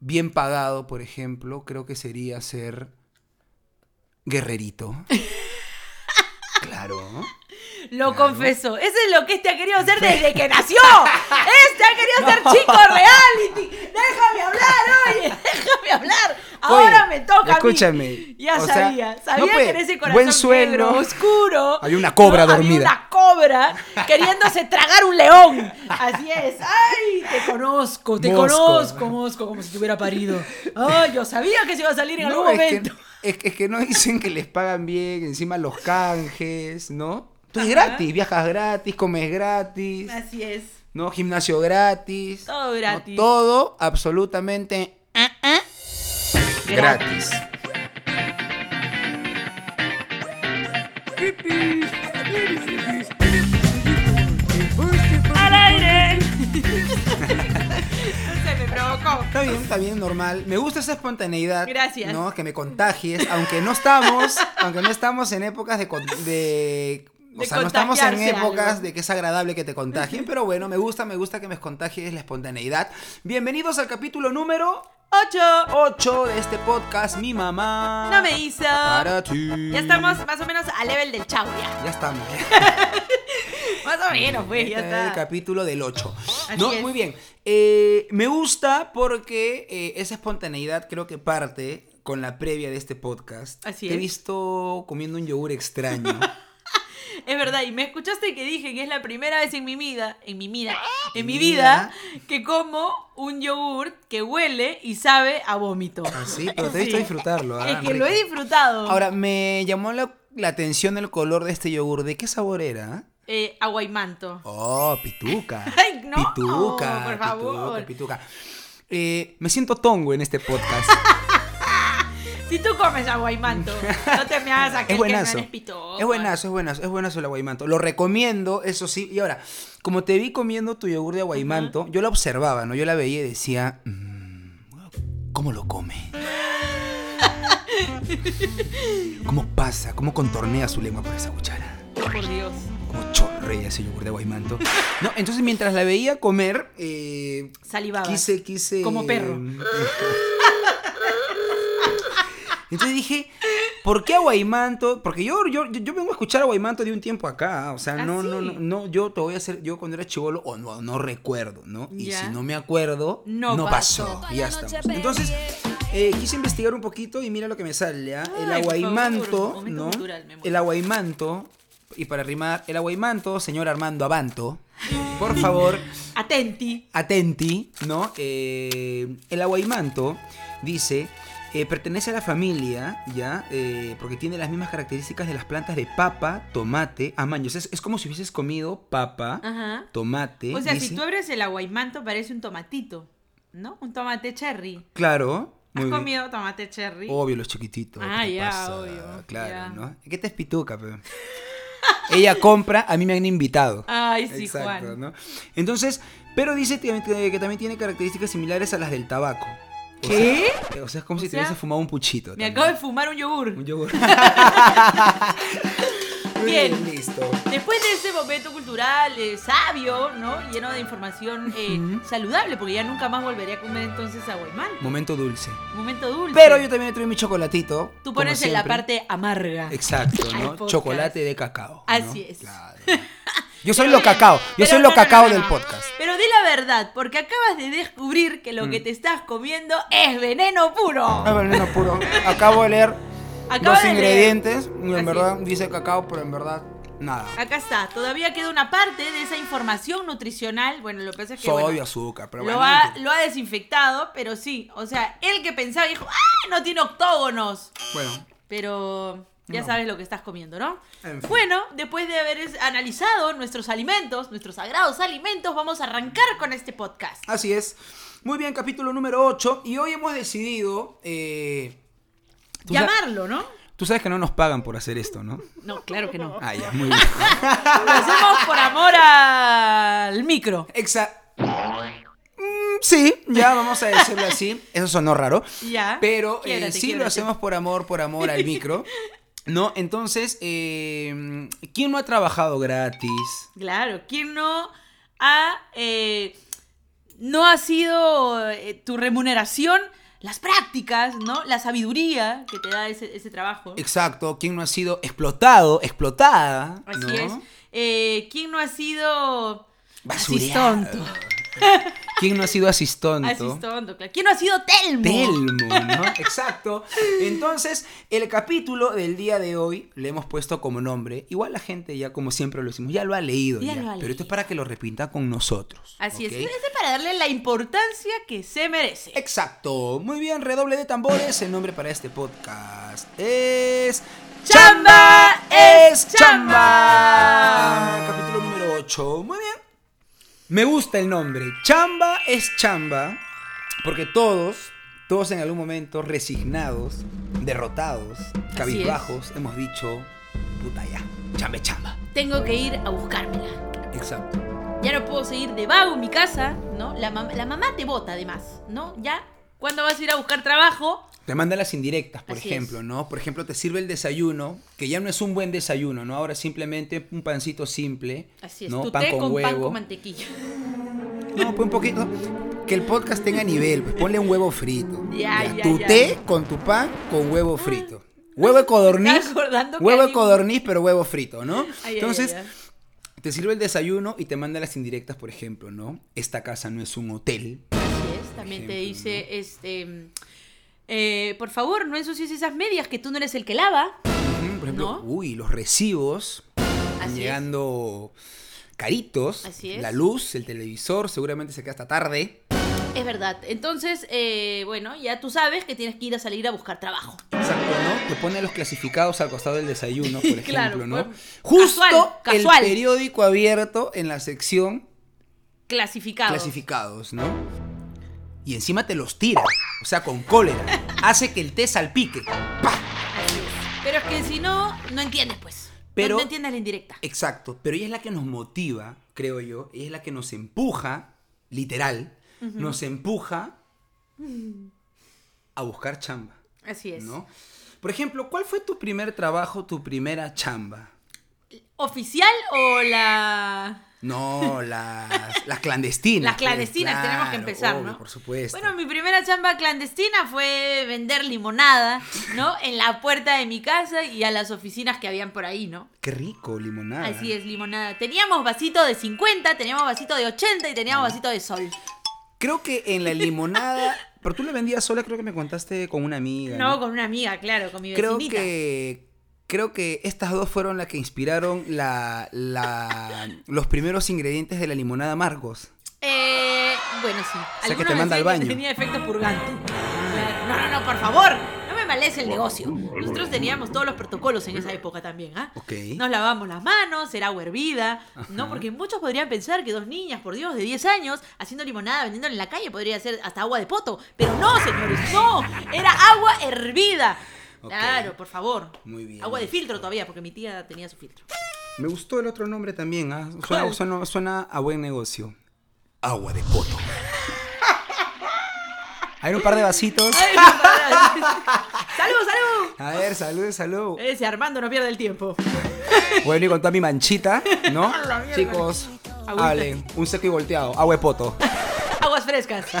bien pagado, por ejemplo, creo que sería ser guerrerito. claro. Lo Claro. confeso, eso es lo que este ha querido hacer desde que nació. Este ha querido ser chico reality. Déjame hablar, oye, déjame hablar. Ahora Oye, me toca a escúchame, mí. Ya o sea, sabía, sabía no que puede- en ese corazón buen suelo. negro, oscuro. Había una cobra ¿no? dormida. Había una cobra queriéndose tragar un león. Así es. Ay, te conozco, te Mosco. conozco, Mosco, como si te hubiera parido. Ay, yo sabía que se iba a salir en No, es algún que- momento. Es que, es que no dicen que les pagan bien, encima los canjes, ¿no? Tú es Ajá. gratis, viajas gratis, comes gratis, Así es. ¿no? Gimnasio gratis. Todo ¿no? gratis. Todo absolutamente ah, ah, gratis. ¡Al aire! se me provocó. Está bien, está bien, normal. Me gusta esa espontaneidad. Gracias. ¿No? Que me contagies, aunque no estamos, aunque no estamos en épocas de... con- de- o De sea, no estamos en contagiarse épocas algo. de que es agradable que te contagien, pero bueno, me gusta, me gusta que me contagies la espontaneidad. Bienvenidos al capítulo número Ocho. 8 de este podcast, Mi Mamá. No me hizo. Ya Para ti. estamos más o menos al level del chavo ya. Ya estamos. Más o menos, pues, ya Este es el está. capítulo del 8. Así No, es. muy bien. Eh, me gusta porque eh, esa espontaneidad creo que parte con la previa de este podcast. Así Te he es. visto comiendo un yogur extraño. Es verdad, y me escuchaste que dije que es la primera vez en mi vida, en mi vida, en mi Mi vida, que como un yogur que huele y sabe a vómito. Así, pero te he visto Sí. disfrutarlo. ah, Es que lo he rico. disfrutado. Ahora, me llamó la, la atención el color de este yogur. ¿De qué sabor era? Eh, agua y manto. Oh, pituca. Ay, no, Pituca, por favor. pituca, pituca. Eh, me siento tongo en este podcast. Si tú comes agua y manto, no te me hagas aquel Es que buenazo. no eres pitoco. Es buenazo, es buenazo, es buenazo el aguaymanto. Lo recomiendo, eso sí. Y ahora, como te vi comiendo tu yogur de aguaymanto, yo la observaba, ¿no? Yo la veía y decía, "Mm, ¿cómo lo come? ¿Cómo pasa? ¿Cómo contornea su lengua por esa cuchara? Por Dios. ¿Cómo chorrea ese yogur de aguaymanto? No, entonces mientras la veía comer, eh, Salivaba. quise, quise. em, Como perro. Entonces dije, ¿por qué Aguaymanto? Porque yo, yo, yo vengo a escuchar Aguaymanto de un tiempo acá. O sea, ¿Ah, no, sí? no, no, no, yo te voy a hacer, yo cuando era chivolo, o no, no recuerdo, ¿no? Y Ya. si no me acuerdo, No no, pasó. pasó. Ya estamos. Entonces, eh, quise investigar un poquito y mira lo que me sale, ¿ah? El Ay, por favor, Aguaymanto, momento ¿no? cultural, me muero. El Aguaymanto, y para rimar, el Aguaymanto, señor Armando Abanto, por favor Atenti. atenti, ¿no? Eh, el aguaymanto dice, eh, pertenece a la familia, ¿ya? Eh, porque tiene las mismas características de las plantas de papa, tomate, amaños. Es, es como si hubieses comido papa, Ajá. tomate. O sea, si dice. tú abres el aguaymanto parece un tomatito, ¿no? Un tomate cherry. Claro. ¿Has muy bien. Oh, comido tomate cherry? Obvio, los chiquititos. ¿qué Ah, te ya, pasa? obvio, Claro, ya. ¿no? ¿Qué te es pituca, pe? Ella compra, a mí me han invitado. Ay, sí, Exacto, Juan. ¿no? Entonces, pero dice que, que- que también tiene características similares a las del tabaco. O ¿Qué? sea, O sea, es como O si te sea, hubiese fumado un puchito. Me también. acabo de fumar un yogur. Un yogur. Bien. Muy Listo. Después de ese momento cultural eh, sabio, ¿no? Lleno de información eh, saludable, porque ya nunca más volveré a comer entonces aguaymanto. Momento dulce. Momento dulce. Pero yo también le traigo mi chocolatito. Tú como pones en la siempre. parte amarga. Exacto, Al ¿no? podcast. Chocolate de cacao. ¿no? Así es. Claro. Yo soy lo cacao. Yo Pero soy no, lo no, cacao no, no, del no. podcast. Pero di la verdad, porque acabas de descubrir que lo que te estás comiendo es veneno puro. Mm. Ah, veneno puro. Acabo de leer Acabo dos de leer. ingredientes y Así en verdad dice cacao, pero en verdad nada. Acá está, todavía queda una parte de esa información nutricional. Bueno, lo que pasa es que Sodio, bueno, azúcar, pero lo, bueno. ha, en fin. lo ha desinfectado, pero sí. O sea, el que pensaba dijo, ¡ah! No tiene octógonos. Bueno, Pero ya No. sabes lo que estás comiendo, ¿no? En fin. Bueno, después de haber es- analizado nuestros alimentos, nuestros sagrados alimentos, vamos a arrancar con este podcast. así es. Muy bien, capítulo número 8. Y hoy hemos decidido. eh, tú, sa- Llamarlo, ¿no? tú sabes que no nos pagan por hacer esto, ¿no? No, claro que no. Ah, ya, muy bien. Lo hacemos por amor al micro. Exa- Mm, Sí, ya vamos a decirlo así. Eso sonó raro. Ya. Pero eh, Quiebrate, sí quiebrate. lo hacemos por amor, por amor al micro. ¿No? Entonces, eh, ¿quién no ha trabajado gratis? Claro, ¿quién no ha eh, no ha sido eh, tu remuneración las prácticas, ¿no? La sabiduría que te da ese, ese trabajo. Exacto, ¿quién no ha sido explotado, explotada? Así ¿no? es. Eh, ¿Quién no ha sido Basureado. asistonto? ¿Quién no ha sido asistonto? Asistonto, claro. ¿Quién no ha sido Telmo? Telmo, ¿no? Exacto. Entonces, el capítulo del día de hoy le hemos puesto como nombre. Igual la gente ya, como siempre lo decimos, ya lo ha leído. Ya Ya lo Pero ha esto leído. es para que lo repita con nosotros. Así ¿ok? es. Ese es para darle la importancia que se merece. Exacto. Muy bien, redoble de tambores. El nombre para este podcast es. Chamba es chamba. chamba. Capítulo número 8. Muy bien. Me gusta el nombre. Chamba es chamba. Porque todos, todos en algún momento resignados, derrotados, cabizbajos, hemos dicho, puta ya, chamba es chamba. Tengo que ir a buscármela. Exacto. Ya no puedo seguir de vago en mi casa, ¿no? La, mam- la mamá te bota además, ¿no? Ya, ¿cuándo vas a ir a buscar trabajo? Te manda las indirectas, por Así ejemplo, ¿no? Por ejemplo, te sirve el desayuno, que ya no es un buen desayuno, ¿no? Ahora simplemente un pancito simple, Así es, ¿no? tu pan té con, con, pan huevo. con mantequilla. no, pues un poquito. Que el podcast tenga nivel, pues ponle un huevo frito. Ya, ya, tu ya. Ah. té con tu pan con huevo frito. Huevo de codorniz. Estaba acordando que Huevo de alguien- codorniz, pero huevo frito, ¿no? Ay, ay, Entonces, ay, ay. te sirve el desayuno y te manda las indirectas, por ejemplo, ¿no? Esta casa no es un hotel. Así es, también te ejemplo, dice, este, eh, por favor, no ensucies esas medias que tú no eres el que lava. Ujú, Por ejemplo, ¿No? uy, los recibos Así es. llegando caritos. Así es. La luz, el televisor, seguramente se queda hasta tarde. Es verdad. Entonces, eh, bueno, ya tú sabes que tienes que ir a salir a buscar trabajo. Exacto, ¿no? Te pone los clasificados al costado del desayuno, por ejemplo, Claro, ¿no? pues, Justo casual, casual. el periódico abierto en la sección Clasificado. clasificados, ¿no? Y encima te los tira, o sea, con cólera. Hace que el té salpique. Así es. Pero es que si no, no entiendes, pues. Pero- no, no entiendes la indirecta. Exacto, pero ella es la que nos motiva, creo yo, ella es la que nos empuja, literal, nos empuja Mm. a buscar chamba, Así es. ¿no? Por ejemplo, ¿cuál fue tu primer trabajo, tu primera chamba? ¿Oficial o la...? No, las, las clandestinas. Las pues, clandestinas, tenemos que claro, empezar, obvio, ¿no? Por supuesto. Bueno, mi primera chamba clandestina fue vender limonada, ¿no? En la puerta de mi casa y a las oficinas que habían por ahí, ¿no? Qué rico, limonada. Así es, limonada. Teníamos vasito de 50, teníamos vasito de 80 y teníamos Mm. vasito de sol. Creo que en la limonada, pero tú la vendías sola, creo que me contaste con una amiga. No, con una amiga, claro, con mi creo vecinita. que creo que estas dos fueron las que inspiraron la, la- los primeros ingredientes de la limonada Marcos. Eh, bueno, sí. sea, que Algunos te manda decían al baño. que Tenía efecto purgante. Claro. No, no, no, por favor. No me malece el negocio. Nosotros teníamos todos los protocolos en esa época también, ¿ah? Ok. Nos lavamos las manos, era agua hervida, ¿no? Porque muchos podrían pensar que dos niñas, por Dios, de 10 años, haciendo limonada, vendiéndola en la calle, podría ser hasta agua de poto. Pero no, señores, no. Era agua hervida. Ok. Claro, por favor. Muy bien. Agua de filtro todavía, porque mi tía tenía su filtro. Me gustó el otro nombre también, ¿ah? suena, ¿Cuál? suena- suena a buen negocio. Agua de poto. Hay un par de vasitos. Ay, salud, salud! A ver, salud, salud. Ese Armando no pierde el tiempo. Bueno, y con toda mi manchita, ¿no? A la mierda. Chicos, Agüita. hablen. Un seco y volteado. Agua de poto. Aguas frescas.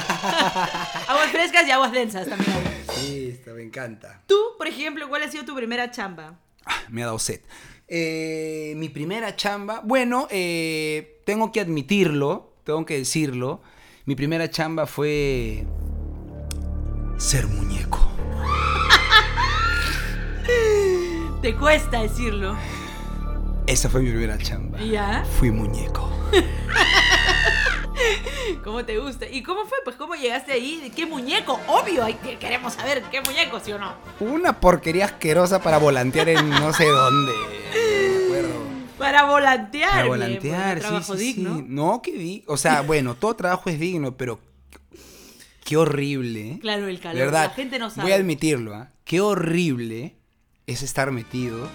aguas frescas y aguas densas también. Listo, me encanta. Tú, por ejemplo, ¿cuál ha sido tu primera chamba? Ah, me ha dado sed. Eh, mi primera chamba, bueno, eh, tengo que admitirlo, tengo que decirlo. Mi primera chamba fue ser muñeco. Te cuesta decirlo. Esa fue mi primera chamba. ¿Ya? Fui muñeco. ¿Cómo te gusta? ¿Y cómo fue? Pues, ¿cómo llegaste ahí? ¿De ¿Qué muñeco? Obvio, hay que- queremos saber qué muñeco, ¿sí o no? Una porquería asquerosa para volantear en no sé dónde. No me acuerdo. Para volantear. Para bien, volantear, pues, sí, un trabajo sí, sí. digno. No, que di. O sea, bueno, todo trabajo es digno, pero qué horrible. ¿eh? Claro, el calor. ¿Verdad? La gente no sabe. Voy a admitirlo, ¿ah? Qué horrible es estar metido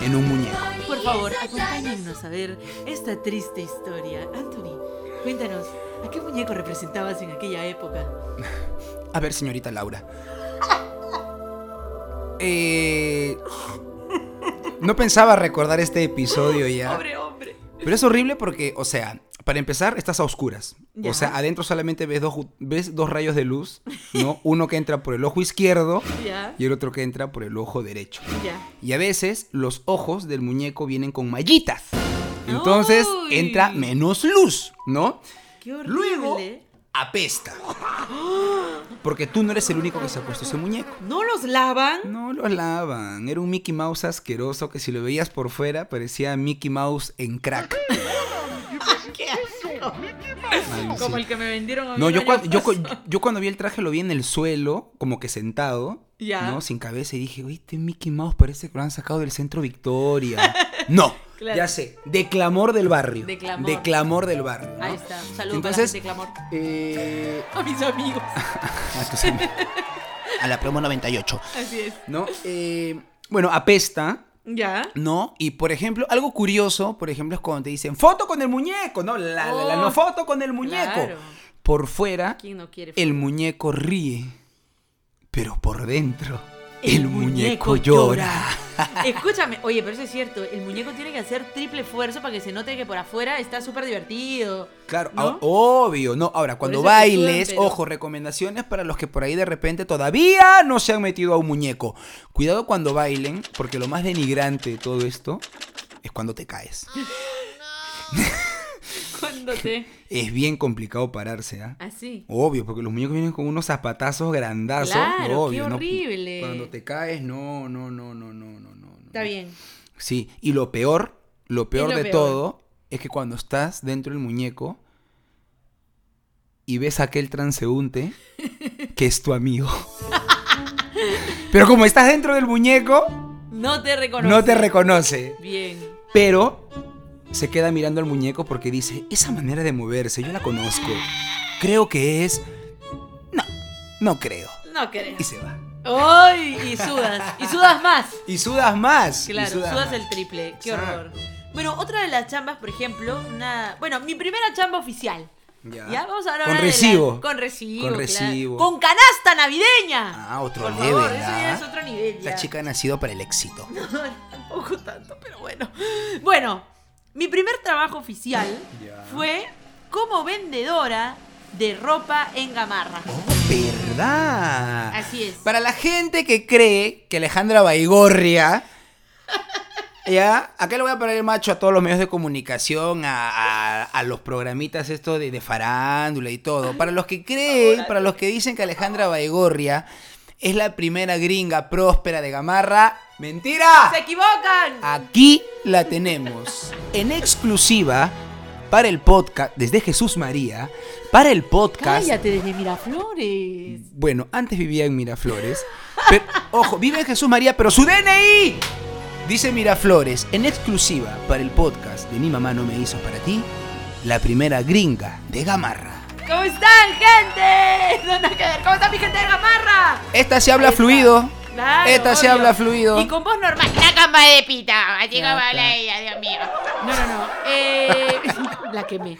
en un muñeco. Por favor, acompáñennos a ver esta triste historia. Anthony, cuéntanos, ¿a qué muñeco representabas en aquella época? A ver, señorita Laura. Eh, no pensaba recordar este episodio ya. Pobre hombre. Pero es horrible porque, o sea, Para empezar, estás a oscuras. Ya. O sea, adentro solamente ves dos, ju- ves dos rayos de luz, ¿no? Uno que entra por el ojo izquierdo Ya, y el otro que entra por el ojo derecho. ya. Y a veces los ojos del muñeco vienen con mallitas. Entonces Uy. entra menos luz, ¿no? Qué horrible. Luego apesta. Porque tú no eres el único que se ha puesto ese muñeco. ¿No los lavan? No lo lavan. Era un Mickey Mouse asqueroso que si lo veías por fuera parecía Mickey Mouse en crack. ¿Qué asco. Maldito. Como el que me vendieron a mí No, yo, el cua- año yo, cu- pasado. yo cuando vi el traje lo vi en el suelo, como que sentado, Ya. ¿no? Sin cabeza y dije, oye, este Mickey Mouse parece que lo han sacado del centro Victoria. no, Claro. ya sé, declamor del barrio. De clamor. De clamor del barrio. ¿no? Ahí está. Saludos Entonces, para la gente de clamor. Eh, A mis amigos. a, tus amigos. A la promo 98. Así es. ¿No? Eh, bueno, apesta. Ya. ¿No? Y por ejemplo, algo curioso, por ejemplo, es cuando te dicen foto con el muñeco, ¿no? La, la- la no Oh, foto con el muñeco. claro. Por fuera, ¿Quién no quiere? el muñeco ríe, pero por dentro el, El muñeco, muñeco llora. llora. Escúchame, oye, pero eso es cierto. El muñeco tiene que hacer triple esfuerzo para que se note que por afuera está súper divertido. Claro, ¿No? a- obvio, no. Ahora, cuando eso es que sudan, bailes, pero- ojo, recomendaciones para los que por ahí de repente todavía no se han metido a un muñeco. Cuidado cuando bailen, porque lo más denigrante de todo esto es cuando te caes. Cuando te. Es bien complicado pararse, ¿ah? Así. Obvio, porque los muñecos vienen con unos zapatazos grandazos. Claro, qué obvio, ¿no? horrible. Cuando te caes, no, no, no, no, no, no, no. Está bien. Sí, y lo peor, lo peor lo de peor. todo es que cuando estás dentro del muñeco y ves a aquel transeúnte que es tu amigo. Pero como estás dentro del muñeco, No te reconoce. no te reconoce. Bien. Pero se queda mirando al muñeco porque dice, esa manera de moverse, yo la conozco. Creo que es... No, no creo. No querés. Y se va. ¡Ay! Y sudas. Y sudas más. Y sudas más. y Claro, sudas, más. el triple. Qué Exacto. horror. Bueno, otra de las chambas, por ejemplo, una. Bueno, mi primera chamba oficial. Ya. Ya, vamos a hablar Con ahora de la- recibo. con recibo. Con claro. recibo. Con canasta navideña. Ah, otro por level. favor, eso ¿ah? ya es otro nivel. La ya. chica ha nacido para el éxito. Tampoco tanto, pero bueno. Bueno, mi primer trabajo oficial Ya. fue como vendedora de ropa en gamarra. ¿Verdad? Oh, Así es. Para la gente que cree que Alejandra Baigorria. Ya, acá le voy a poner el macho a todos los medios de comunicación, a, a- a los programitas estos de, de farándula y todo. Para los que creen, para los que dicen que Alejandra Baigorria es la primera gringa próspera de Gamarra, ¡mentira! ¡Se equivocan! Ah, Aquí la tenemos en exclusiva para el podcast, desde Jesús María, para el podcast Cállate desde Miraflores. bueno, antes vivía en Miraflores. Pero, ojo, vive en Jesús María, pero su DNI dice Miraflores, en exclusiva para el podcast de Mi Mamá No Me Hizo Para Ti, la primera gringa de Gamarra. ¿Cómo están, gente? No, nada que ver. ¿Cómo está mi gente de Gamarra? Esta se habla Ahí está. fluido. Claro, Esta se obvio. habla fluido. Y con voz normal. La cama de pita. Así Ya como está. habla ella, Dios mío. No, no, no. Eh, la quemé.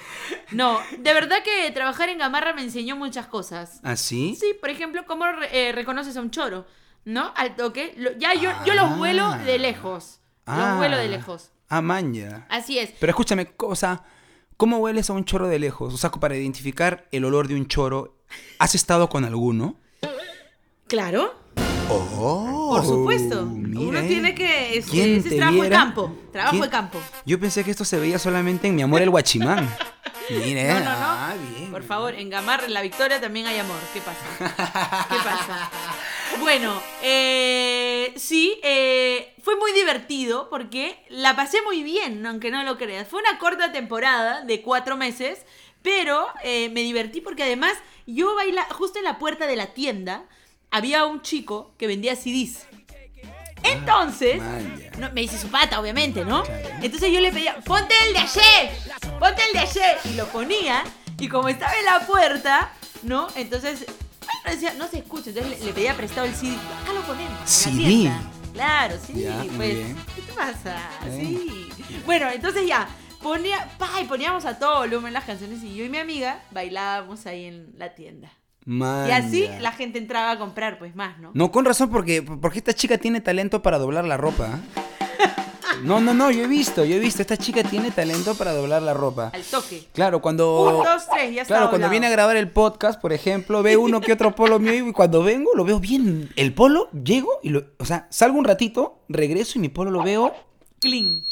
No, de verdad que trabajar en Gamarra me enseñó muchas cosas. ¿Así? Sí, por ejemplo, cómo re- eh, reconoces a un choro, ¿no? Al toque. Lo- ya yo, yo los vuelo Ah. de lejos. Los vuelo de lejos. Ah, maña. Así es. Pero escúchame, cosa, ¿cómo hueles a un choro de lejos? O sea, para identificar el olor de un choro, ¿has estado con alguno? Claro, Oh, por supuesto. Uno mira. tiene que. Este, ¿Quién ese es te trabajo de viera? campo. Trabajo ¿Quién? de campo. Yo pensé que esto se veía solamente en Mi Amor el Guachimán. Mire, No, no, no. ah, bien. Por favor, en Gamarra, en la victoria también hay amor. ¿Qué pasa? ¿Qué pasa? Bueno, eh, sí, eh, fue muy divertido porque la pasé muy bien, aunque no lo creas. Fue una corta temporada de cuatro meses, pero eh, me divertí porque además yo bailaba justo en la puerta de la tienda. Había un chico que vendía CDs. Entonces, Maya. no, me dice su pata, obviamente, ¿no? Claro. Entonces yo le pedía, ponte el de ayer, ponte el de ayer. Y lo ponía, y como estaba en la puerta, ¿no? Entonces, bueno, decía, no se escucha. Entonces le, le pedía prestado el CD. Acá lo ponemos. en la CD. tienda. Claro, CD. Ya, muy pues, bien. Eh. ¿qué te pasa? Bien. Sí. Bueno, entonces ya, ponía, pa, y poníamos a todo volumen las canciones, y yo y mi amiga bailábamos ahí en la tienda. Y Maya. así la gente entraba a comprar, pues más, ¿no? No, con razón, porque, porque esta chica tiene talento para doblar la ropa. ¿eh? No, no, no, yo he visto, yo he visto. Esta chica tiene talento para doblar la ropa. Al toque. Claro, cuando. Un, dos, tres, ya está Oh. Claro, cuando doblado. viene a grabar el podcast, por ejemplo, ve uno que otro polo mío y cuando vengo lo veo bien. El polo, llego y lo. O sea, salgo un ratito, regreso y mi polo lo veo Clean.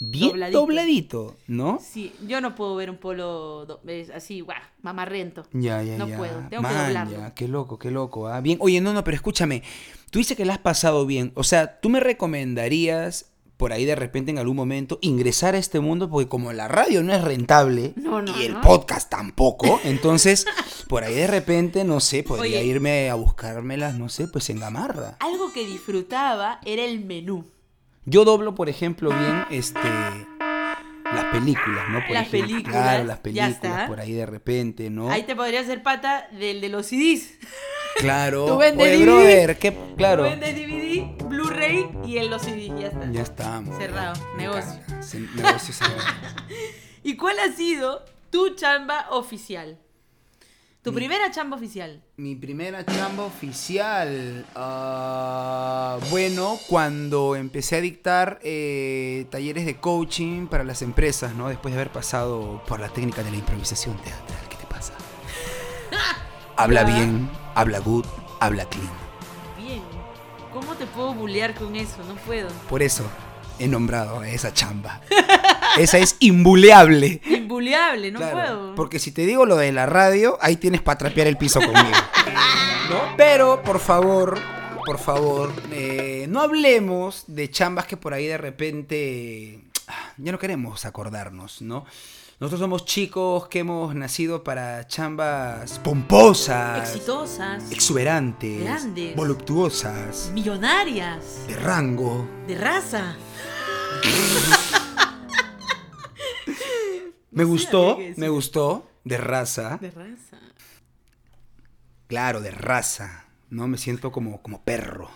bien dobladito, Dobladito. ¿no? Sí, yo no puedo ver un polo do- es así, guau, mamarrento. Ya, ya, No ya. puedo, tengo que Man, doblarlo. ya, qué loco, qué loco. ah. Bien, oye, no, no, pero escúchame. Tú dices que la has pasado bien. O sea, ¿tú me recomendarías por ahí de repente en algún momento ingresar a este mundo? Porque como la radio no es rentable No, no, y el no. podcast tampoco, entonces por ahí de repente, no sé, podría Oye. irme a buscármelas, no sé, pues en Gamarra. Algo que disfrutaba era el menú. Yo doblo, por ejemplo, bien este las películas, ¿no? Por Las ejemplo, películas, Claro, las ya películas está. por ahí de repente, ¿no? Ahí te podría hacer pata del de los CDs. Claro. Tú vendes Oye, DVD. brother, qué claro. Tú vendes DVD, Blu-ray y el los CDs, ya está. Ya estamos. Cerrado, Me negocio. encanta. Se- negocio cerrado. ¿Y cuál ha sido tu chamba oficial? Tu primera chamba oficial. Mi primera chamba oficial. ah, bueno, cuando empecé a dictar eh, talleres de coaching para las empresas, ¿no? Después de haber pasado por la técnica de la improvisación teatral, ¿qué te pasa? Habla Ya. bien, habla good, habla clean. Bien. ¿Cómo te puedo bullear con eso? No puedo. Por eso he nombrado a esa chamba. Esa es imbuleable. Imbuleable, no Claro, puedo. Porque si te digo lo de la radio, ahí tienes para trapear el piso conmigo. ¿No? Pero, por favor, por favor, eh, no hablemos de chambas que por ahí de repente ah, ya no queremos acordarnos, ¿no? Nosotros somos chicos que hemos nacido para chambas pomposas, Ah, Exitosas. exuberantes, Grandes. voluptuosas, millonarias. de rango. De raza. Me Sí, gustó, había que me decir. gustó, de raza. De raza. Claro, de raza, ¿no? Me siento como, como perro.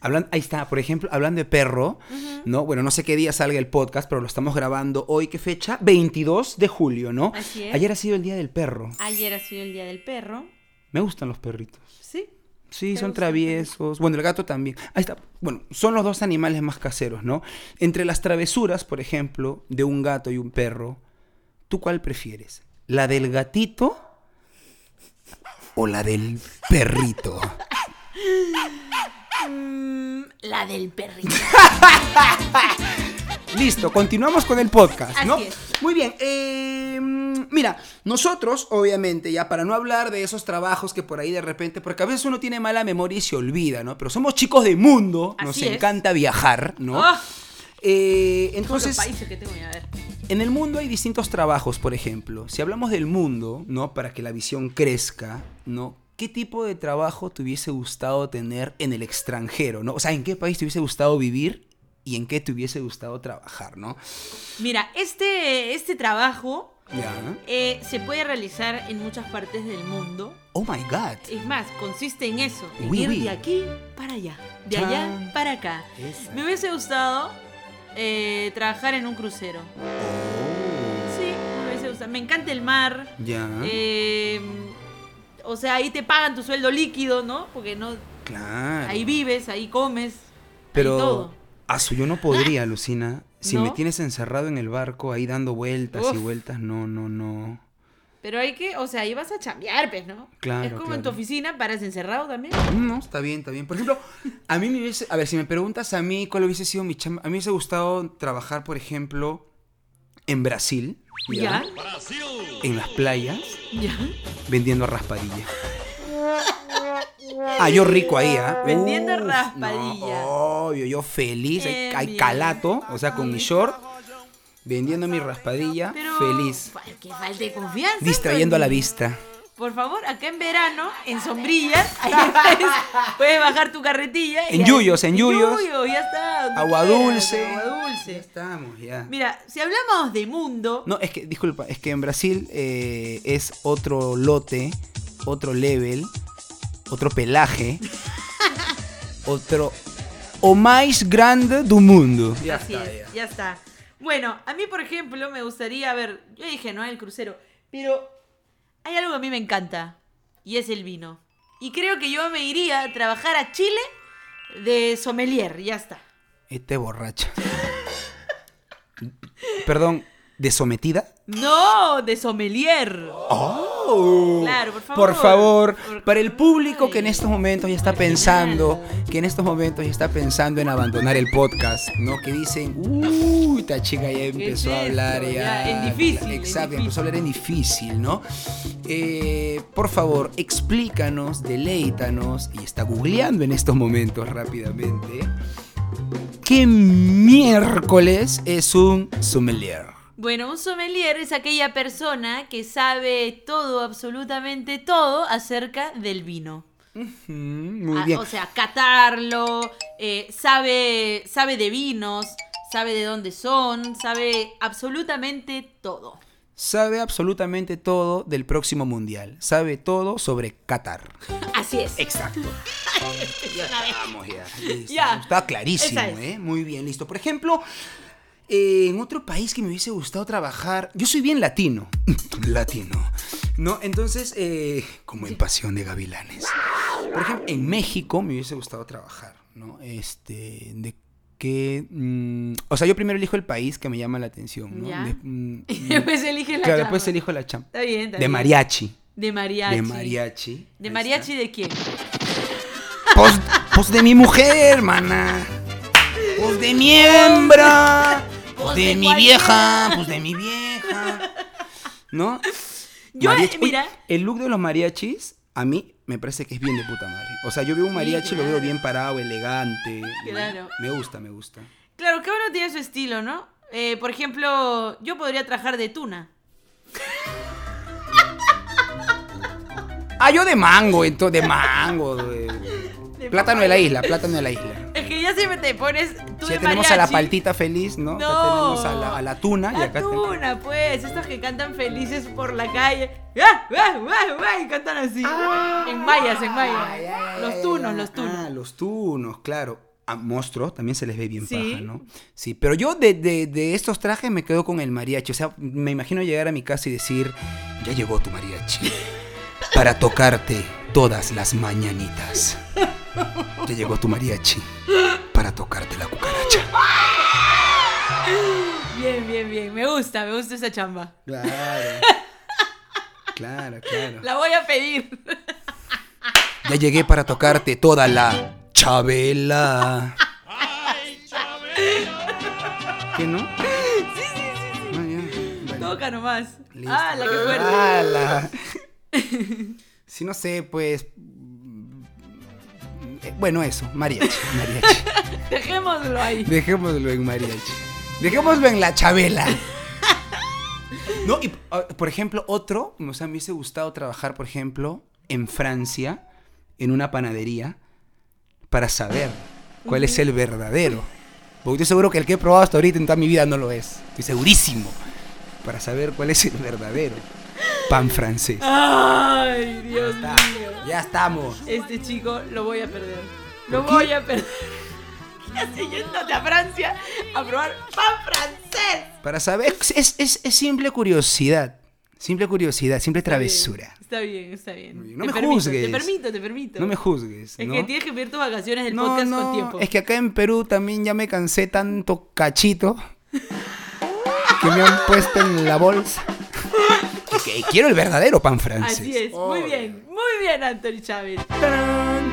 Hablan, ahí está, por ejemplo, hablando de perro, ¿no? Bueno, no sé qué día salga el podcast, pero lo estamos grabando hoy, ¿qué fecha? 22 de julio, ¿no? Así es. Ayer ha sido el día del perro. Ayer ha sido el día del perro. Me gustan los perritos. Sí. Sí, ¿Te son gustan? traviesos. Bueno, el gato también. Ahí está. Bueno, son los dos animales más caseros, ¿no? Entre las travesuras, por ejemplo, de un gato y un perro, ¿tú cuál prefieres? ¿La del gatito o la del perrito? Mm, la del perrito. Listo, continuamos con el podcast, ¿no? Así es. Muy bien. eh, mira, nosotros, obviamente, ya para no hablar de esos trabajos que por ahí de repente, porque a veces uno tiene mala memoria y se olvida, ¿no? Pero somos chicos de mundo, nos Así es. encanta viajar, ¿no? Ah, Eh, todos los entonces, países que tengo que ir a ver. en el mundo hay distintos trabajos, por ejemplo. Si hablamos del mundo, ¿no? Para que la visión crezca, ¿no? ¿Qué tipo de trabajo te hubiese gustado tener en el extranjero, ¿no? O sea, ¿en qué país te hubiese gustado vivir y en qué te hubiese gustado trabajar, ¿no? Mira, este, este trabajo Ya. eh, se puede realizar en muchas partes del mundo. Oh my god. Es más, consiste en eso, en Uy, ir uy. de aquí para allá, de Chan. allá para acá. Esa. Me hubiese gustado eh, trabajar en un crucero. Oh. Sí, me hubiese gustado. Me encanta el mar. Ya. eh, o sea, ahí te pagan tu sueldo líquido, ¿no? Porque no, claro. ahí vives, ahí comes, ahí Pero todo. Ah. asu, yo no podría, Lucina. Si me ¿No? tienes encerrado en el barco ahí dando vueltas y Uf. vueltas, no, no, no. Pero hay que, o sea, ahí vas a chambear, pues, ¿no? Claro, Es como en tu claro. oficina, paras encerrado también. No, está bien, está bien. Por ejemplo, a mí me hubiese. A ver, si me preguntas a mí cuál hubiese sido mi chamba. A mí me hubiese gustado trabajar, por ejemplo, en Brasil. Ya, En las playas, ya. vendiendo raspadilla. Ah, yo rico ahí, ¿ah? Vendiendo Uf, raspadilla. no, obvio, yo feliz. Hay- Eh, hay bien. calato, o sea, con mi short. Vendiendo mi raspadilla, Pero. feliz. Ay, Que falta de confianza. Distrayendo a la Antonio. vista. Por favor, acá en verano, en sombrillas, ahí puedes, puedes bajar tu carretilla. En ahí- yuyos, en yuyos. yuyos, ya está. donde Agua quieras, dulce. Agua Ya dulce. estamos, ya. Mira, si hablamos de mundo, No, es que, disculpa, es que en Brasil eh, es otro lote, otro level, otro pelaje, otro. O más grande do mundo. así es, ya. está. Bueno, a mí, por ejemplo, me gustaría, a ver, yo dije, no, el crucero, pero hay algo que a mí me encanta, y es el vino. Y creo que yo me iría a trabajar a Chile de sommelier, ya está. Este borracha. Perdón, ¿de sometida? No, de sommelier. ¡Oh! Claro, por favor. Por favor, Por- para el público que en Ay. estos momentos ya está pensando, que en estos momentos ya está pensando en abandonar el podcast, ¿no? Que dicen, uy, esta chica ya empezó a esto? hablar ya. Ya, en difícil, en Exacto, difícil. empezó a hablar en difícil, ¿no? Eh, por favor, explícanos, deleítanos, y está googleando en estos momentos rápidamente. ¿Qué miércoles es un sommelier? Bueno, un sommelier es aquella persona que sabe todo, absolutamente todo, acerca del vino. Mm, Muy Ah, bien. O sea, catarlo, eh, sabe, sabe de vinos, sabe de dónde son, sabe absolutamente todo. sabe absolutamente todo del próximo mundial. Sabe todo sobre Qatar. Así es. Exacto. Una vez. Vamos ya. listo. Ya. Está clarísimo, Esa es. ¿eh? Muy bien, listo. Por ejemplo, eh, en otro país que me hubiese gustado trabajar, yo soy bien latino. latino. ¿No? Entonces, eh, como en Pasión de Gavilanes. Por ejemplo, en México me hubiese gustado trabajar, ¿no? Este, de que... mm, o sea, yo primero elijo el país que me llama la atención, ¿no? Ya. De- mm, Y después elige la claro, chamba. después elijo la chamba. Está bien, está De bien. mariachi. De mariachi. De mariachi. ¿De Ahí mariachi de quién? está. Pos, pos de mi mujer, mana. Pos de mi hembra. Pos Pos de, de mi vieja. Pos de mi vieja. ¿No? Yo, eh, Mariachi- mira. Oye, El look de los mariachis, a mí me parece que es bien de puta madre. O sea, yo veo un mariachi, lo veo claro. bien parado, elegante. ¿no? Claro. Me gusta, me gusta. Claro, cada uno tiene su estilo, ¿no? Eh, por ejemplo, yo podría trabajar de tuna. Ah, yo de mango, entonces, de mango. de- plátano de la isla, plátano de la isla. Es que ya siempre te pones tú Si de ya tenemos a la mariachi. paltita feliz, ¿no? Acá No. tenemos a la, a la tuna y La acá tenemos- tuna, pues, estos que cantan felices por la calle. ¡Ah, ah, ah, ah! Y cantan así. en mayas, en Ah. Ay, ay, mayas. ay, Los ay, tunos, ay. los Ah, tunos. los tunos, claro. A monstruos también se les ve bien Sí. paja, ¿no? Sí, pero yo de, de- de estos trajes me quedo con el mariachi. O sea, me imagino llegar a mi casa y decir, ya llegó tu mariachi. Para tocarte todas las mañanitas. Ya llegó tu mariachi. Para tocarte la cucaracha. Bien, bien, bien. Me gusta, me gusta esa chamba. Claro. Claro, claro. La voy a pedir. Ya llegué para tocarte toda la Chabela. ¿Qué no? Ah, ya. Bueno, Toca nomás. listo. Ah, la que fuerte. Ala. Si no sé, pues. mm, eh, Bueno, eso, mariachi, mariachi. Dejémoslo ahí. Dejémoslo en mariachi. Dejémoslo en la Chabela. No, y ah, por ejemplo, otro, o sea, me hubiese gustado trabajar, por ejemplo, en Francia, en una panadería, para saber cuál es el verdadero. Porque estoy seguro que el que he probado hasta ahorita en toda mi vida no lo es. Estoy segurísimo. Para saber cuál es el verdadero pan francés. Ay, Dios Ya, mío. ya estamos. Este chico lo voy a perder. Lo ¿Por qué? voy a perder. ¿Qué hace yéndote a Francia a probar pan francés? Para saber, es, es- es simple curiosidad. Simple curiosidad, simple travesura. Está bien, está bien. Muy bien. No Te me permito, juzgues. Te permito, te permito. No me juzgues. Es ¿no? que tienes que pedir tus vacaciones del No, podcast no, con tiempo. Es que acá en Perú también ya me cansé tanto cachito que me han puesto en la bolsa. Que quiero el verdadero pan francés. Así es. Muy bien, muy bien, Anthony Chávez.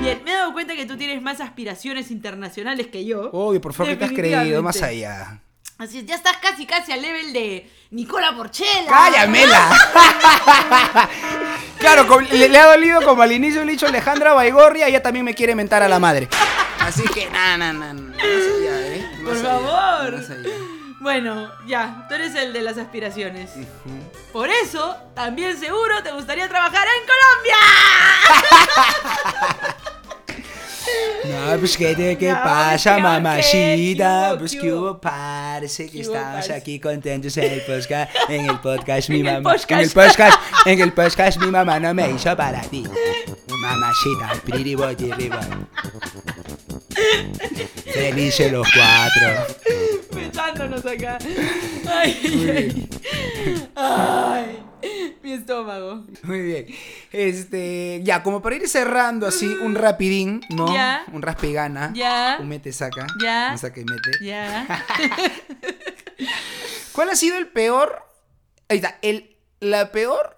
Bien, me he dado cuenta que tú tienes más aspiraciones internacionales que yo. Obvio, por favor, ¿qué te has creído? Más Definitivamente. allá. Así es, ya estás casi, casi al level de Nicola Porchela. ¡Cállamela! claro, como- le, le ha dolido como al inicio le he dicho Alejandra Baigorria, ella también me quiere mentar a la madre. Así que, na, na, na, na, más allá, ¿eh? Más Por allá, favor. más allá. Bueno, ya, tú eres el de las aspiraciones. Por eso, también seguro te gustaría trabajar en Colombia. No, pues que te que No, pasa, pues, ¿qué hubo, qué? ¿Qué mamachita. hubo, Pues qué que hubo? hubo, parce, que ¿Qué hubo, estamos parce? aquí contentos en el podcast, en el podcast, mi En el mamá. En el podcast. podcast, en el podcast, mi mamá no me hizo para ti. Mamachita, pretty boy, pretty boy. Felices los cuatro. Echándonos acá. Ay, ay, ay. Ay, mi estómago. Muy bien. Este, ya, como para ir cerrando así, un rapidín, ¿no? Ya. Un raspegana. Ya. Un mete saca. Ya. Un saca y mete. Ya. ¿Cuál ha sido el peor? Ahí está, el, la peor.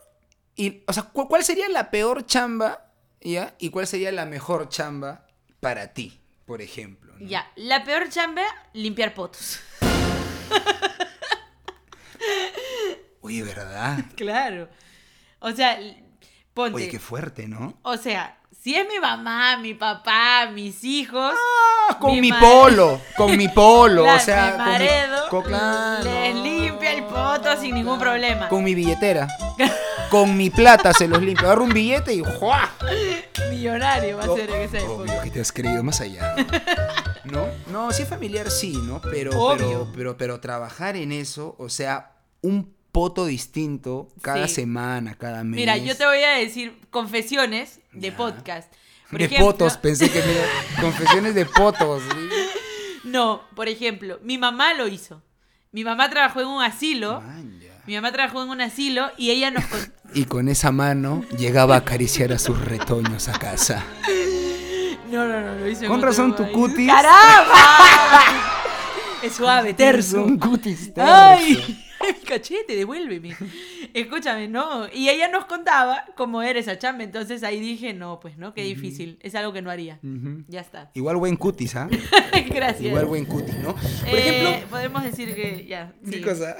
Y, o sea, ¿cu- ¿cuál, sería la peor chamba? ¿Ya? ¿Y cuál sería la mejor chamba para ti, por ejemplo? ¿no? Ya. La peor chamba, limpiar potos. Oye, ¿verdad? Claro. O sea, l- ponte. Oye, qué fuerte, ¿no? O sea, si es mi mamá, mi papá, mis hijos. Ah, con Mi mi, ma- polo, con mi polo, claro, o sea, me con mi- maredo, con- claro. les limpia el poto sin ningún problema. Con mi billetera. Con mi plata se los limpio. Agarro un billete y ¡juá! Millonario va a ser en esa Obvio época. que te has creído más allá. ¿No? No, si es familiar, sí, ¿no? Pero, Obvio. pero, pero, pero trabajar en eso, o sea, un poto distinto cada Sí. semana, cada mes. Mira, yo te voy a decir confesiones de Ya. podcast. Por de ejemplo- potos, pensé que mira, confesiones de potos. ¿sí? No, por ejemplo, mi mamá lo hizo. Mi mamá trabajó en un asilo. Man, ya. Mi mamá trabajó en un asilo y ella nos con- Y con esa mano llegaba a acariciar a sus retoños a casa. No, no, no, lo hizo en Con otro razón tu país. cutis. ¡Caramba! es suave, terzo. Un cutis terso. ¡Ay! Mi cachete, devuélveme. Escúchame, no. Y ella nos contaba cómo era esa chamba. Entonces ahí dije, no, pues no, qué difícil. Es algo que no haría. Ujú. Ya está. Igual buen cutis, ¿ah? Gracias. Igual buen cutis, ¿no? Por Eh, ejemplo, podemos decir que ya. ¿Qué sí. cosa?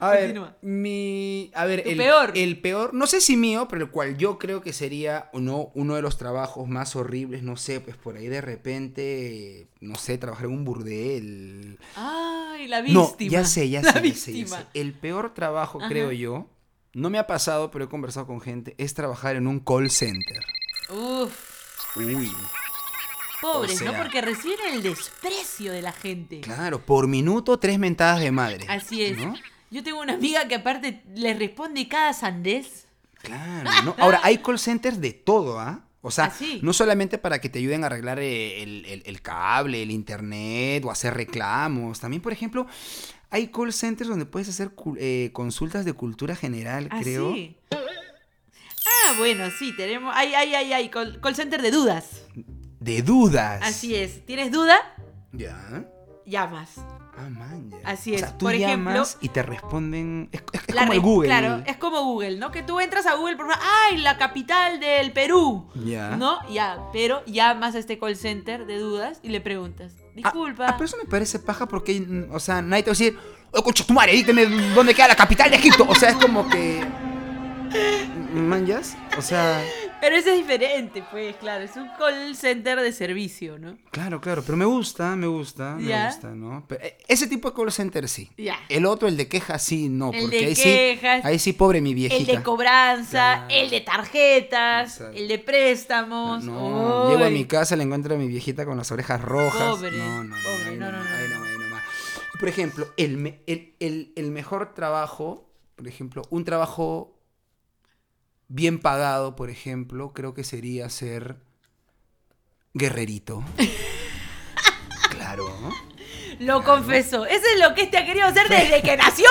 a ver, Continúa. mi. A ver, Tu el peor. El peor, no sé si mío, pero el cual yo creo que sería o no, uno de los trabajos más horribles, no sé, pues por ahí de repente, no sé, trabajar en un burdel. Ay, la No, víctima. ya sé, ya La sé, ya sé, ya víctima. sé. El peor trabajo, Ajá. creo yo, no me ha pasado, pero he conversado con gente, es trabajar en un call center. Uf, Uy. pobres, O sea- ¿no? Porque reciben el desprecio de la gente. Claro, por minuto, tres mentadas de madre. Así es. ¿no? Yo tengo una amiga que aparte le responde cada sandés. Claro, ¿no? Ahora, hay call centers de todo, ¿ah? O sea, Ah, sí. no solamente para que te ayuden a arreglar eh, el, el- el cable, el internet o hacer reclamos. También, por ejemplo, hay call centers donde puedes hacer cul- eh, consultas de cultura general, creo. Así. Ah, bueno, sí, tenemos. Ay, ay, ay, ay. Call, call center de dudas. De dudas. Así es. ¿Tienes duda? Ya. Llamas. Ah, man, ya. Así O es. sea, tú Por ejemplo- llamas y te responden. Es, es- es La como el res- Google. Claro, es como Google, ¿no? Que tú entras a Google por ¡ay, la capital del Perú! Ya. ¿No? Ya, pero llamas a este call center de dudas y le preguntas. Ah, Disculpa. ah, pero eso me parece paja porque, mm, o sea, nadie te va a decir, oh, concha tu madre, dígame dónde queda la capital de Egipto. O sea, es como que. mm, ¿Manjas? O sea, Pero ese es diferente, pues, claro. Es un call center de servicio, ¿no? claro, claro, pero me gusta, me gusta, me Ya. gusta, ¿no? Pero, eh, ese tipo de call center sí. Ya. El otro, el de quejas, sí, no, El porque de ahí quejas, sí. Ahí sí, pobre mi El viejita. de cobranza, Claro. el de tarjetas, Exacto. el de préstamos. No, Uy. llego a mi casa, le encuentro a mi viejita con las orejas rojas. Pobre, no, no, no, pobre, ahí no, nomás, no, no. ahí nomás, ahí nomás. Por ejemplo, el, me- el- el- el mejor trabajo, por ejemplo, un trabajo bien pagado, por ejemplo, creo que sería ser guerrerito. claro. Lo confesó. Eso es lo que este ha querido hacer desde que nació.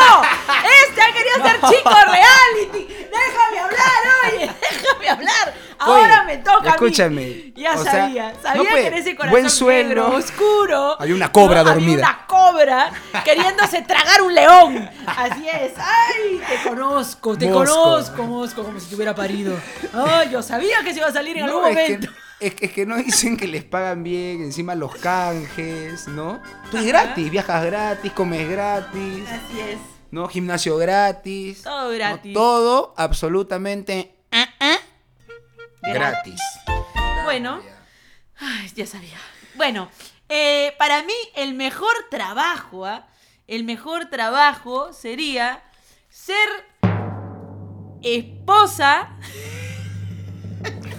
Este ha querido ser chico reality. Déjame hablar, oye. Déjame hablar. Ahora Oye, me toca. A escúchame, mí. Ya o sea, sabía. sabía no, pues, que en ese corazón buen sueldo. negro, oscuro. Había una cobra ¿no? dormida. Había una cobra queriéndose tragar un león. Así es. Ay, te conozco, te Mosco. conozco, Mosco, como si te hubiera parido. Ay, yo sabía que se iba a salir en No, es algún que- momento. Es que, es que no dicen que les pagan bien, encima los canjes, ¿no? Tú es gratis, viajas gratis, comes gratis. Así es. ¿no? Gimnasio gratis. Todo ¿no? gratis. Ah, Todo absolutamente gratis. Bueno. Ay, ya sabía. Bueno, eh, para mí el mejor trabajo, ¿ah? el mejor trabajo sería ser esposa,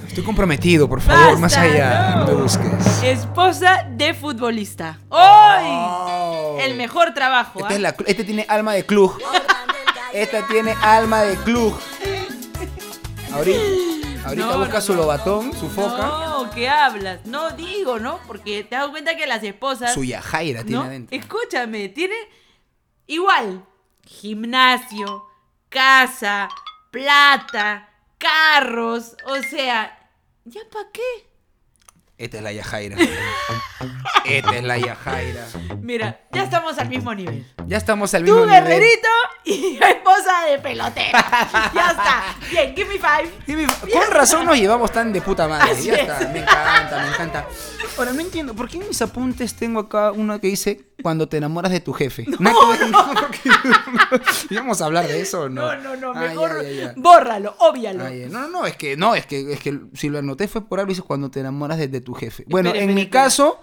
Estoy comprometido, por favor, Basta, más allá. no. No Eh, me busques. esposa de futbolista. ¡Ay! Oh. El mejor trabajo. Esta ¿ah? es la clu- este tiene alma de club. Esta tiene alma de club. Ahorita, ahorita No, busca no, su no. lobatón, su foca, No, ¿qué hablas? No digo, ¿no? Porque te das cuenta que las esposas... su yajaira tiene ¿no? adentro. Escúchame, tiene igual gimnasio, casa, plata, carros, o sea, ¿ya para qué? Esta es la Yajaira. Esta es la Yajaira. Mira, ya estamos al mismo nivel. Ya estamos al mismo Tú, nivel. guerrerito, y yo, esposa de pelotera. ya está. Bien, give me five. Y mi- Con razón nos llevamos tan de puta madre. Así ya es. está, me encanta, me encanta. Ahora, no entiendo, ¿por qué en mis apuntes tengo acá uno que dice cuando te enamoras de tu jefe? Nada que ver, No, porque- ¿Íbamos a hablar de eso o no? No, no, no, Ah, ya, mejor ya, ya. bórralo, óbvialo. Ah, ya. No, no, no, es que, no, es que, es que si lo anoté fue por algo, dice cuando te enamoras de, de tu jefe. Bueno, Espera, en espera, mi espera. caso,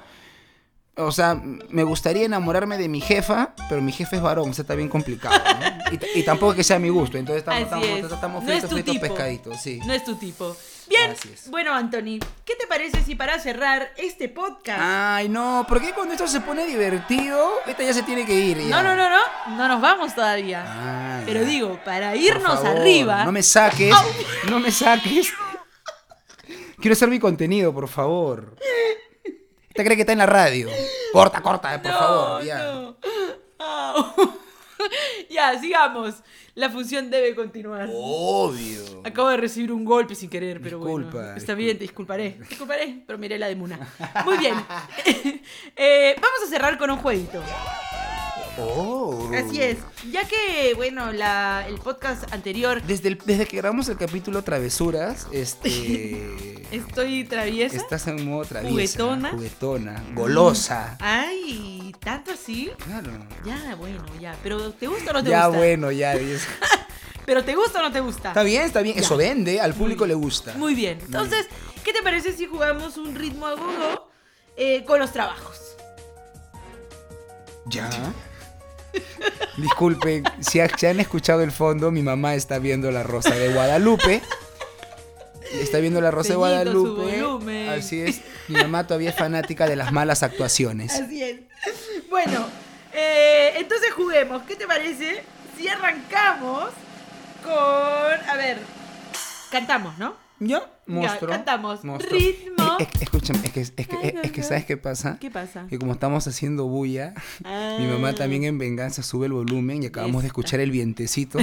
o sea, m- me gustaría enamorarme de mi jefa, pero mi jefe es varón, o sea, está bien complicado. ¿no? Y, t- y tampoco es que sea mi gusto, entonces estamos, Así estamos, es. estamos No es fritos, tu fritos, tipo. pescaditos, sí. No es tu tipo. Bien, Así es. bueno, Anthony, ¿qué te parece si para cerrar este podcast? Ay, no, ¿por qué cuando esto se pone divertido, esta ya se tiene que ir? ya? no, no, no, no, no nos vamos todavía. Ah, Pero ya. digo, para Por irnos favor, arriba. No me saques, no me saques. Quiero hacer mi contenido, por favor. ¿Te crees que está en la radio? Corta, corta, por No, favor. Ya. no. Au. ya, sigamos. La función debe continuar. Oh. Obvio. Acabo de recibir un golpe sin querer, pero Disculpa, bueno. Está bien, te disculparé. Disculparé, pero miré la de Muna. Muy bien. Eh, vamos a cerrar con un jueguito. Oh. Así es. Ya que, bueno, la- el podcast anterior Desde, el- desde que grabamos el capítulo Travesuras, este. estoy traviesa. estás en modo traviesa. Juguetona. Ah, Juguetona. Golosa. Ay, ¿tanto así? Claro. Ya, bueno, ya. Pero ¿te gusta o no te Ya gusta? bueno, ya. dice. Pero ¿te gusta o no te gusta? Está bien, está bien. Eso vende, al público Muy- le gusta. Muy bien. Entonces, ¿qué te parece si jugamos un ritmo agudo eh, con los trabajos? ¿Ya? Disculpen, si, ha- si han escuchado el fondo, mi mamá está viendo La Rosa de Guadalupe. Está viendo La Rosa de Bellito su Guadalupe. volumen. Así es. Mi mamá todavía es fanática de las malas actuaciones. Así es. Bueno, eh, entonces juguemos. ¿Qué te parece si arrancamos con... A ver, cantamos, ¿no? ¿Ya? Monstruo. cantamos. monstruo. Ritmo. Eh, Es, es- escúchame, es que, es que, es- es que ¿sabes qué pasa? ¿Qué pasa? Que como estamos haciendo bulla, Ah. mi mamá también en venganza sube el volumen y acabamos de Esta. escuchar el vientecito.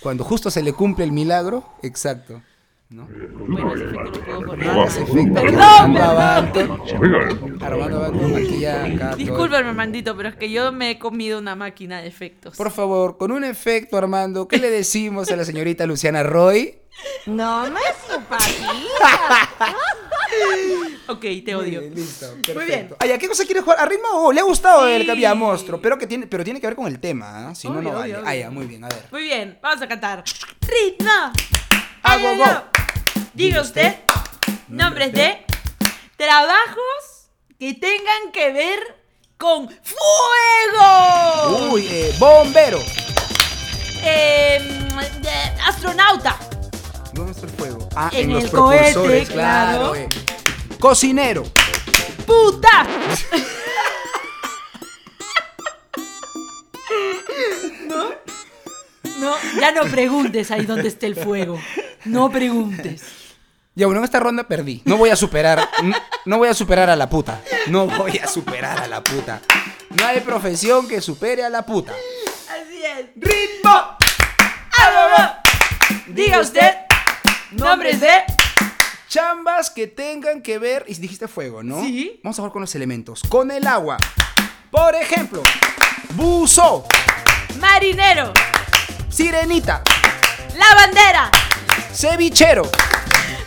Cuando justo se le cumple el milagro, exacto. ¿no? Bueno, ese efecto lo puedo poner. Malas efectos. Perdón, Armando perdón. Abanto. Armando Abanto aquí ya acá todo. Discúlpame, Armandito, pero es que yo me he comido una máquina de efectos. Por favor, con un efecto, Armando, ¿qué le decimos a la señorita Luciana Roy? No me simpatiza. Ok, te odio. Bien, listo, perfecto. Muy bien. Ay, ¿a qué cosa quieres jugar? ¿A ritmo? o le ha gustado el que había Sí. monstruo, pero que tiene, pero tiene que ver con el tema, ¿ah? Si no, Obvio, no vale. obvio, Ah, obvio. ya, muy bien, a ver. Muy bien, vamos a cantar. Ritmo. Ah, go, Ay, go. no. Diga usted nombres de trabajos que tengan que ver con fuego. Uy, eh, bombero. Em, eh, astronauta. ¿Dónde está el fuego? Ah, En el cohete, claro. eh. Cocinero. Puta. ¿No? No, ya no preguntes ahí dónde está el fuego. No preguntes. Ya, bueno, en esta ronda perdí. No voy a superar. n- No voy a superar a la puta. No voy a superar a la puta. No hay profesión que supere a la puta. Así es. ¡Ritmo! Ah, no, no. Diga usted nombres de Chambas que tengan que ver. Y dijiste fuego, ¿no? Sí. Vamos a jugar con los elementos. Con el agua. Por ejemplo, buzo, marinero, sirenita, la bandera. cevichero.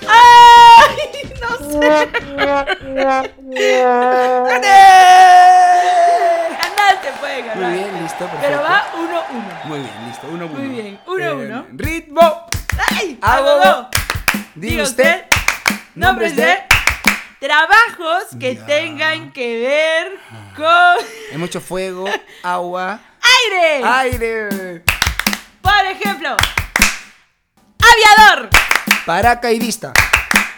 ¡Ay! No sé. ¡Gané! Ganaste, puede ganar. Muy bien, listo, perfecto. Pero va 1-1. Uno, uno. Muy bien, listo. Uno, uno. Eh, Muy bien, uno, uno. Ritmo. ¡Ay! Ah, Hago bueno. dos. Diga usted nombres de trabajos que Ya. tengan que ver con Hay mucho fuego, agua, aire. aire. Por ejemplo, aviador, Paracaidista,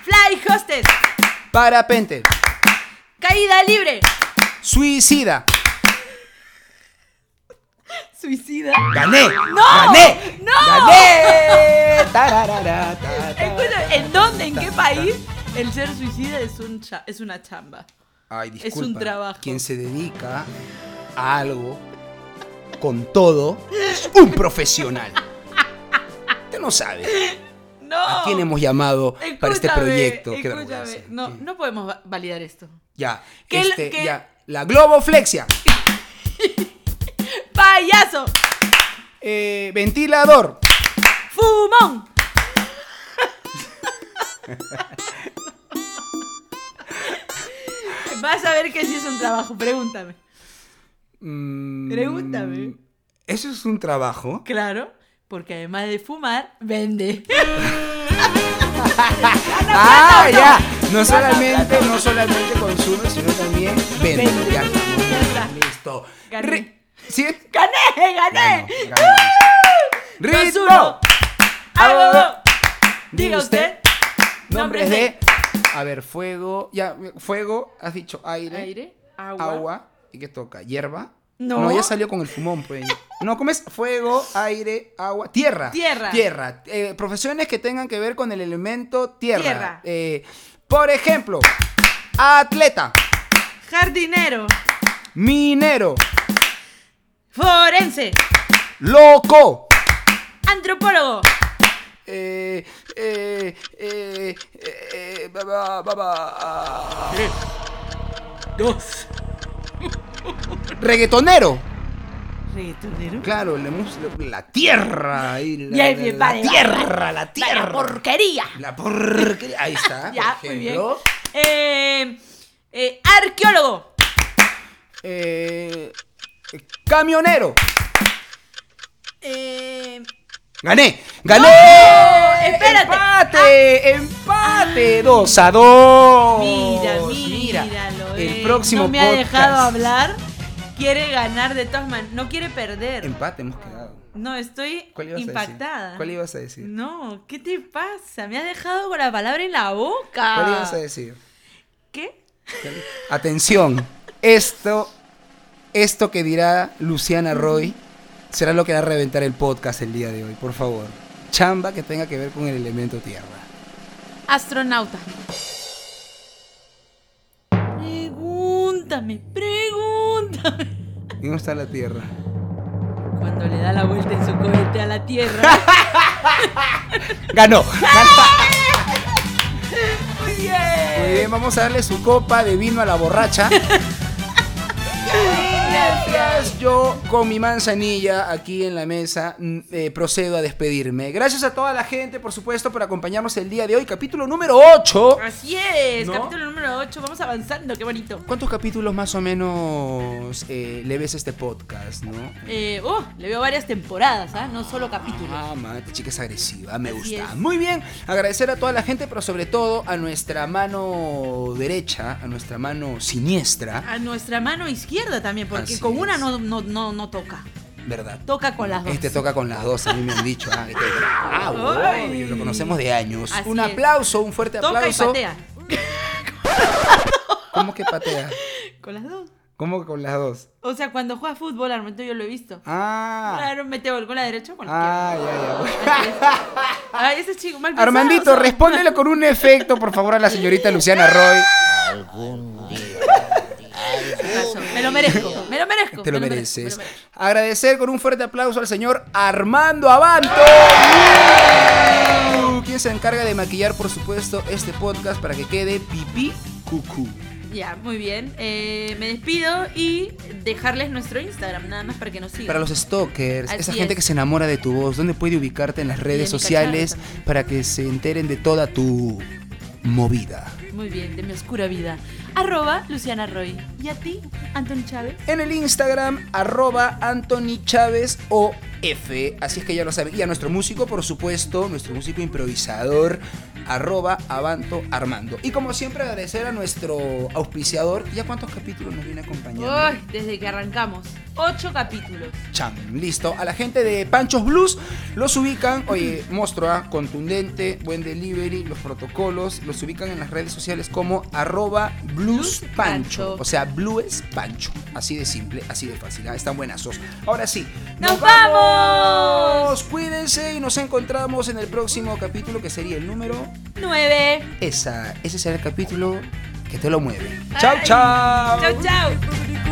fly hostess, parapente, caída libre, suicida. suicida. ¡Gané! ¡No! ¡Gané! ¡No! ¡Gané! Tararara, ta, ta, Escucha, ta, ¿en dónde, en ta, qué ta. país el ser suicida es, un cha- es una chamba? Ay, disculpa. un trabajo. Quien se dedica a algo con todo es un profesional. Usted no sabe No. a quién hemos llamado para este Escúchame, proyecto. Qué escúchame. vergüenza. No, Sí. no podemos va- validar esto. Ya, Que el- este, que- ya. La globoflexia. ¡Payaso! Eh, ventilador. ¡Fumón! Vas a ver que sí es un trabajo, pregúntame. Mm, Pregúntame. Eso es un trabajo. Claro, porque además de fumar, vende. Ah, ya. No solamente, no solamente consume, sino también vende. Vende. Ya estamos. Ya está. Listo. Gané. Re- ¿Sí? ¡Gané! ¡Gané! Ganó, ganó. Ritmo. uno. ¡Algo! Diga Diga usted. usted. Nombres nombres de. A ver, fuego. Ya, fuego, has dicho aire. Aire, agua. Agua. ¿Y qué toca? ¿Hierba? No. ya salió con el fumón, pues. No, comes fuego, aire, agua. Tierra. Tierra. Tierra. Eh, profesiones que tengan que ver con el elemento tierra. Tierra. Eh, por ejemplo, atleta, Jardinero. minero, Forense. loco. Antropólogo. Eh, eh, eh, eh, ba, ba, ba, ba. Dos. Reggaetonero. Reggaetonero. Claro, la, mus- la tierra. ahí, la, Y ahí la- bien, la vale, vale, tierra, la ¡Vaya tierra. porquería! La porquería. Ahí está. Ya, por muy bien. ejemplo. Eh, eh, arqueólogo. Eh, camionero. Eh, Gané. Gané. ¡Eh! espérate. Ah. Empate. Empate. Dos a dos. mira, mira, míralo, Oh, El eh. próximo No me ha podcast. dejado hablar. Quiere ganar de todas maneras. No quiere perder. Empate hemos quedado. No, estoy Em-, ¿Cuál ibas a impactada. decir? ¿Cuál ibas a decir? No, ¿qué te pasa? Me has dejado con la palabra en la boca. ¿Cuál ibas a decir? ¿Qué? Atención. Esto, esto que dirá Luciana Roy será lo que va a reventar el podcast el día de hoy. Por favor. Chamba que tenga que ver con el elemento tierra. Astronauta. Pregúntame, pregúntame. ¿Y dónde está la tierra? Cuando le da la vuelta en su cohete a la Tierra. Ganó. Muy bien. Muy bien, vamos a darle su copa de vino a la borracha. Gracias. Yo con mi manzanilla aquí en la mesa mm, eh, procedo a despedirme. Gracias a toda la gente, por supuesto, por acompañarnos el día de hoy. Capítulo número 8. Así es, ¿No? capítulo número 8, vamos avanzando, qué bonito. ¿Cuántos capítulos más o menos eh, le ves a este podcast, no? Eh, oh, le veo varias temporadas, ¿ah? No solo capítulos. Ah, man, esta chica es agresiva, me Así gusta. es. Muy bien, agradecer a toda la gente, pero sobre todo a nuestra mano derecha, a nuestra mano siniestra, A nuestra mano izquierda también, porque Así con una es. no, no, no, no toca. ¿verdad? Toca con las dos. Este toca con las dos, a mí me han dicho. ah, este es bravo, Ay. lo conocemos de años. Así un es. aplauso, un fuerte toca este aplauso. y patea. ¿Cómo que patea? Con las dos. ¿Cómo que con las dos? O sea, cuando juega fútbol, al momento yo lo he visto. Ah. Claro, mete gol con la derecha o con la Ah, ya, ya. bueno. izquierda. Ay, Ah, ese chico mal pensado. Armandito, o sea. respóndele con un efecto, por favor, a la señorita Luciana Roy. Razón, Me lo merezco, me lo merezco. Te lo me merezco, mereces. me lo merezco. Agradecer con un fuerte aplauso al señor Armando Abanto. Quien se encarga de maquillar, por supuesto, este podcast para que quede pipí cucú. Ya, muy bien. Eh, me despido y dejarles nuestro Instagram, nada más para que nos sigan. Para los stalkers, Así esa gente es. que se enamora de tu voz, ¿dónde puede ubicarte en las redes mi sociales cacharro también. para que se enteren de toda tu movida? Muy bien, de mi oscura vida. Arroba Luciana Roy. Y a ti, Anton Chávez. En el Instagram, arroba Anthony Chávez o F. Así es que ya lo saben. Y a nuestro músico, por supuesto, nuestro músico improvisador, arroba Avanto Armando. Y como siempre, agradecer a nuestro auspiciador. ¿Ya cuántos capítulos nos viene acompañando? Uy, desde que arrancamos. Ocho capítulos. Cham, listo. A la gente de Panchos Blues los ubican, oye, monstruo, ¿ah? contundente, buen delivery, los protocolos, los ubican en las redes sociales como arroba blues Blues pancho. Pancho. O sea, blues pancho. Así de simple, así de fácil. ¿ah? Están buenazos. Ahora sí. ¡Nos, vamos! vamos. Cuídense y nos encontramos en el próximo capítulo que sería el número... Nueve. Esa, ese será el capítulo que te lo mueve. Ay. Chao, chao. Chau, chau.